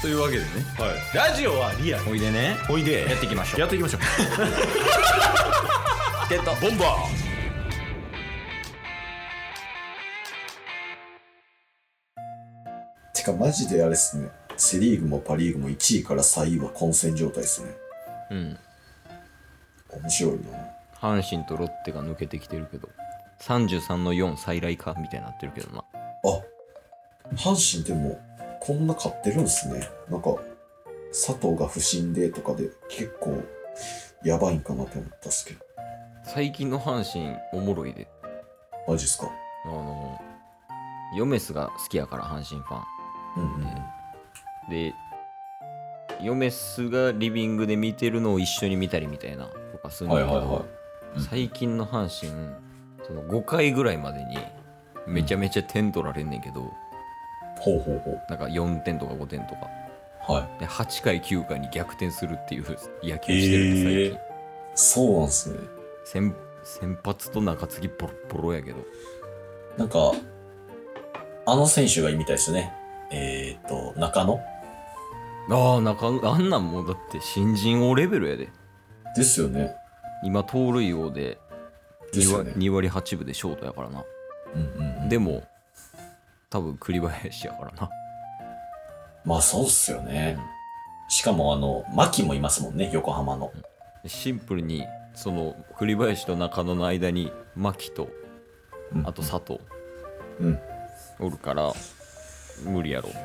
というわけでねはい、ラジオはリアルおいでねおいでやっていきましょうやっていきましょうゲットボンバてかマジであれっすね。セリーグもパリーグも1位から3位は混戦状態っすね。うん面白いな。阪神とロッテが抜けてきてるけど33の4再来かみたいになってるけどなあ、阪神でもこんな勝ってるんすね。なんか、佐藤が不振でとかで結構やばいんかなって思ったっすけど。最近の阪神おもろいでマジっすかあのヨメスが好きやから阪神ファうんうん。ンでヨメスがリビングで見てるのを一緒に見たりみたいなとかするんだけど、いうん最近の阪神その5回ぐらいまでにめちゃめちゃ点取られんねんけど、ほうほうほう。なんか4点とか5点とかはい。で8回9回に逆転するっていう野球してるね最近、そうなんすね。先先発と中継ぎボロボロやけどなんか、あの選手がいいみたいですね。えーっと、中野ああ中あんなんもうだって新人王レベルやでですよね。今盗塁王でです2よ割ね ,2 割8分でショートやからな、うんうんうん。でも多分栗林やからなまあそうっすよね。しかもあの、牧もいますもんね、横浜の。シンプルにその栗林と中野の間に牧とうんあと佐藤うん。おるから無理やろみたい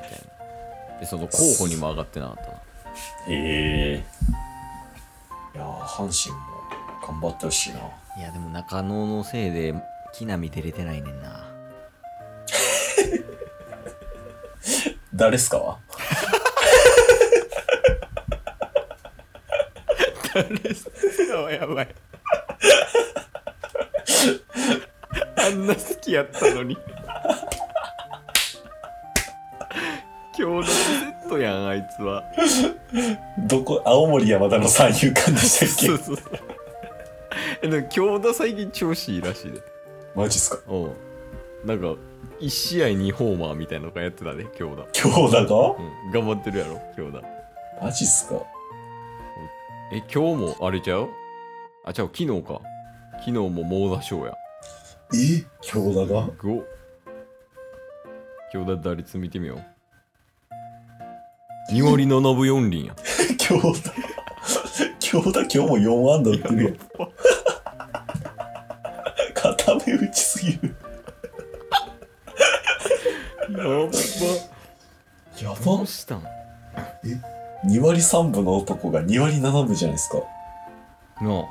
なでその候補にも上がってなかったなええいやー、阪神も頑張ってほしいな。いやでも中野のせいで木浪出れてないねんな誰っすかやばいあんな好きやったのに今日のセットやんあいつはどこ、青森山田の三遊間でしたそ っうけそうそうえでも京田最近調子いいらしいでマジっすかうんなんか1試合2ホーマーみたいなのがやってたね京田今日だがうん頑張ってるやろ京田マジっすかえ今日もあれちゃうあちゃう昨日か昨日も猛打賞やえ今日だがすごっ京田打率見てみよう2割7分4厘や今日だ。今日だ、今日も4安打打ってるやん。片目打ちすぎる。やばやどうしたんな2割3分の男が2割7分じゃないですか。あ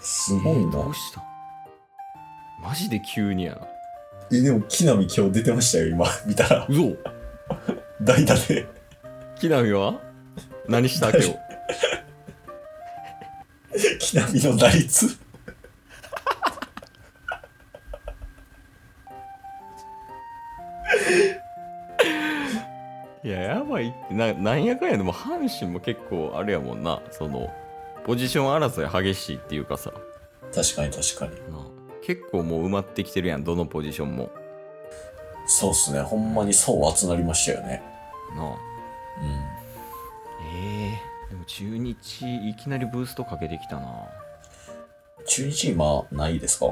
すごいどなう。したんマジで急にやなえ、でも、木浪今日出てましたよ、今。見たら。うそ代打で。木浪は何した今日木浪の打率。 いややばいってななんやかんやでも阪神も結構あれやもんなそのポジション争い激しいっていうかさ確かに確かに。なあ結構もう埋まってきてるやんどのポジションもそうっすね。ほんまに層集まりましたよね。なあうん。ええでも中日いきなりブーストかけてきたな中日今、ないですか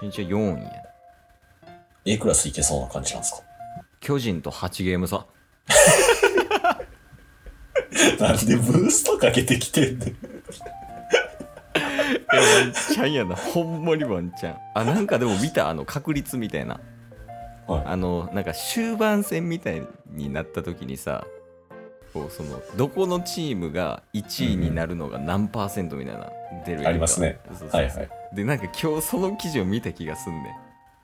中日は4位や ?A クラスいけそうな感じなんです巨人と8ゲーム差かなんでブーストかけてきてんねん。えワンチャンやなほんまにワンチャンあなんかでも見たあの確率みたいな、はいあのなんか終盤戦みたいになった時にさこうそのどこのチームが1位になるのが何パーセントみたいな出るやんかありますねそうそうそうはいはい。でなんか今日その記事を見た気がすんね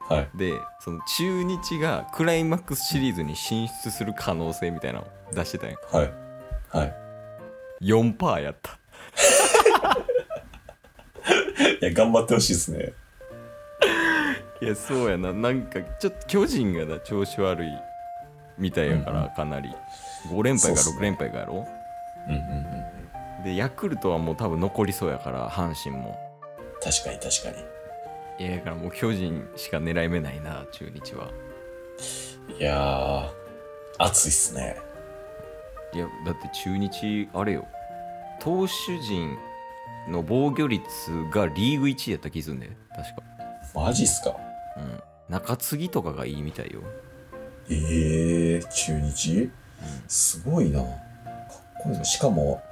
んはい。でその中日がクライマックスシリーズに進出する可能性みたいなのを出してたんやはい。はい。 4%やったいや、頑張ってほしいですね。いやそうやななんかちょっと巨人がな調子悪いみたいやかうんらかなり5連敗かそうっすね6連敗かやろうんうんうん。でヤクルトはもう多分残りそうやから阪神も確かに確かに。いやだからもう巨人しか狙い目ないな中日はいやー、暑いっすね。いやだって中日あれよ投手陣の防御率がリーグ1位やった気すんね確か、マジっすかうん、中継ぎとかがいいみたいよええー、中日すごいな。かっこいいな。しかも、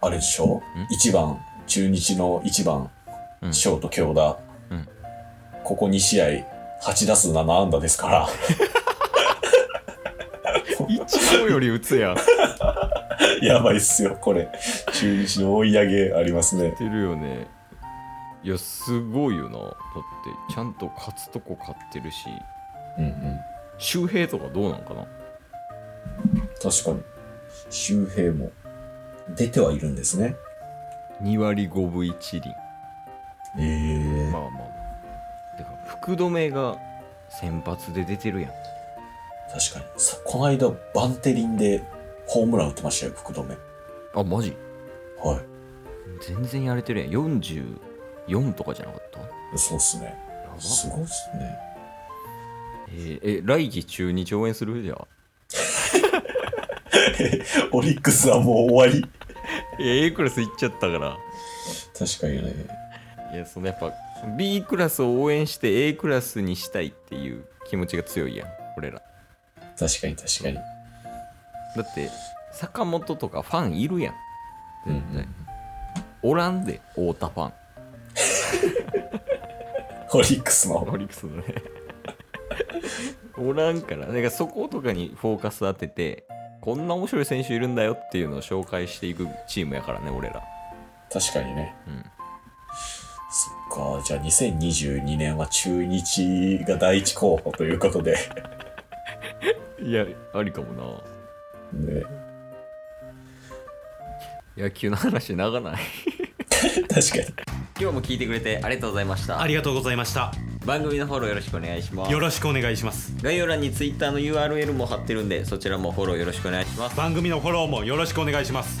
あれでしょん ?1 番、中日の1番、うんショート京田。うんここ2試合、8打数7安打ですから。 一応より打つやんやばいっすよ、これ。中日の追い上げありますね。てるよねいやすごいよなだってちゃんと勝つとこ勝ってるしうんうん。周平とかどうなんかな確かに。周平も出てはいるんですね。 2割5分1厘ええまあまあてか福留が先発で出てるやん確かに。さこの間、バンテリンでホームラン打ってましたよ、福留。あマジはい。全然やれてるやん44とかじゃなかったそうっすね。やばすごいっすね。えーえ来季中日応援するじゃあオリックスはもう終わり。いや A クラス行っちゃったから確かにね。いやそのやっぱ B クラスを応援して A クラスにしたいっていう気持ちが強いやん俺ら確かに確かに。だって坂本とかファンいるやんうん絶対、おらんで太田ファンオリックスの。オリックスのね おらんからだからそことかにフォーカス当ててこんな面白い選手いるんだよっていうのを紹介していくチームやからね俺ら確かにね。うんそっか。じゃあ2022年は中日が第一候補ということで。いやありかもなね、野球の話長ない確かに。 今日も聞いてくれてありがとうございましたありがとうございました番組のフォローよろしくお願いしますよろしくお願いします概要欄に Twitter の URL も貼ってるんでそちらもフォローよろしくお願いします番組のフォローもよろしくお願いします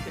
す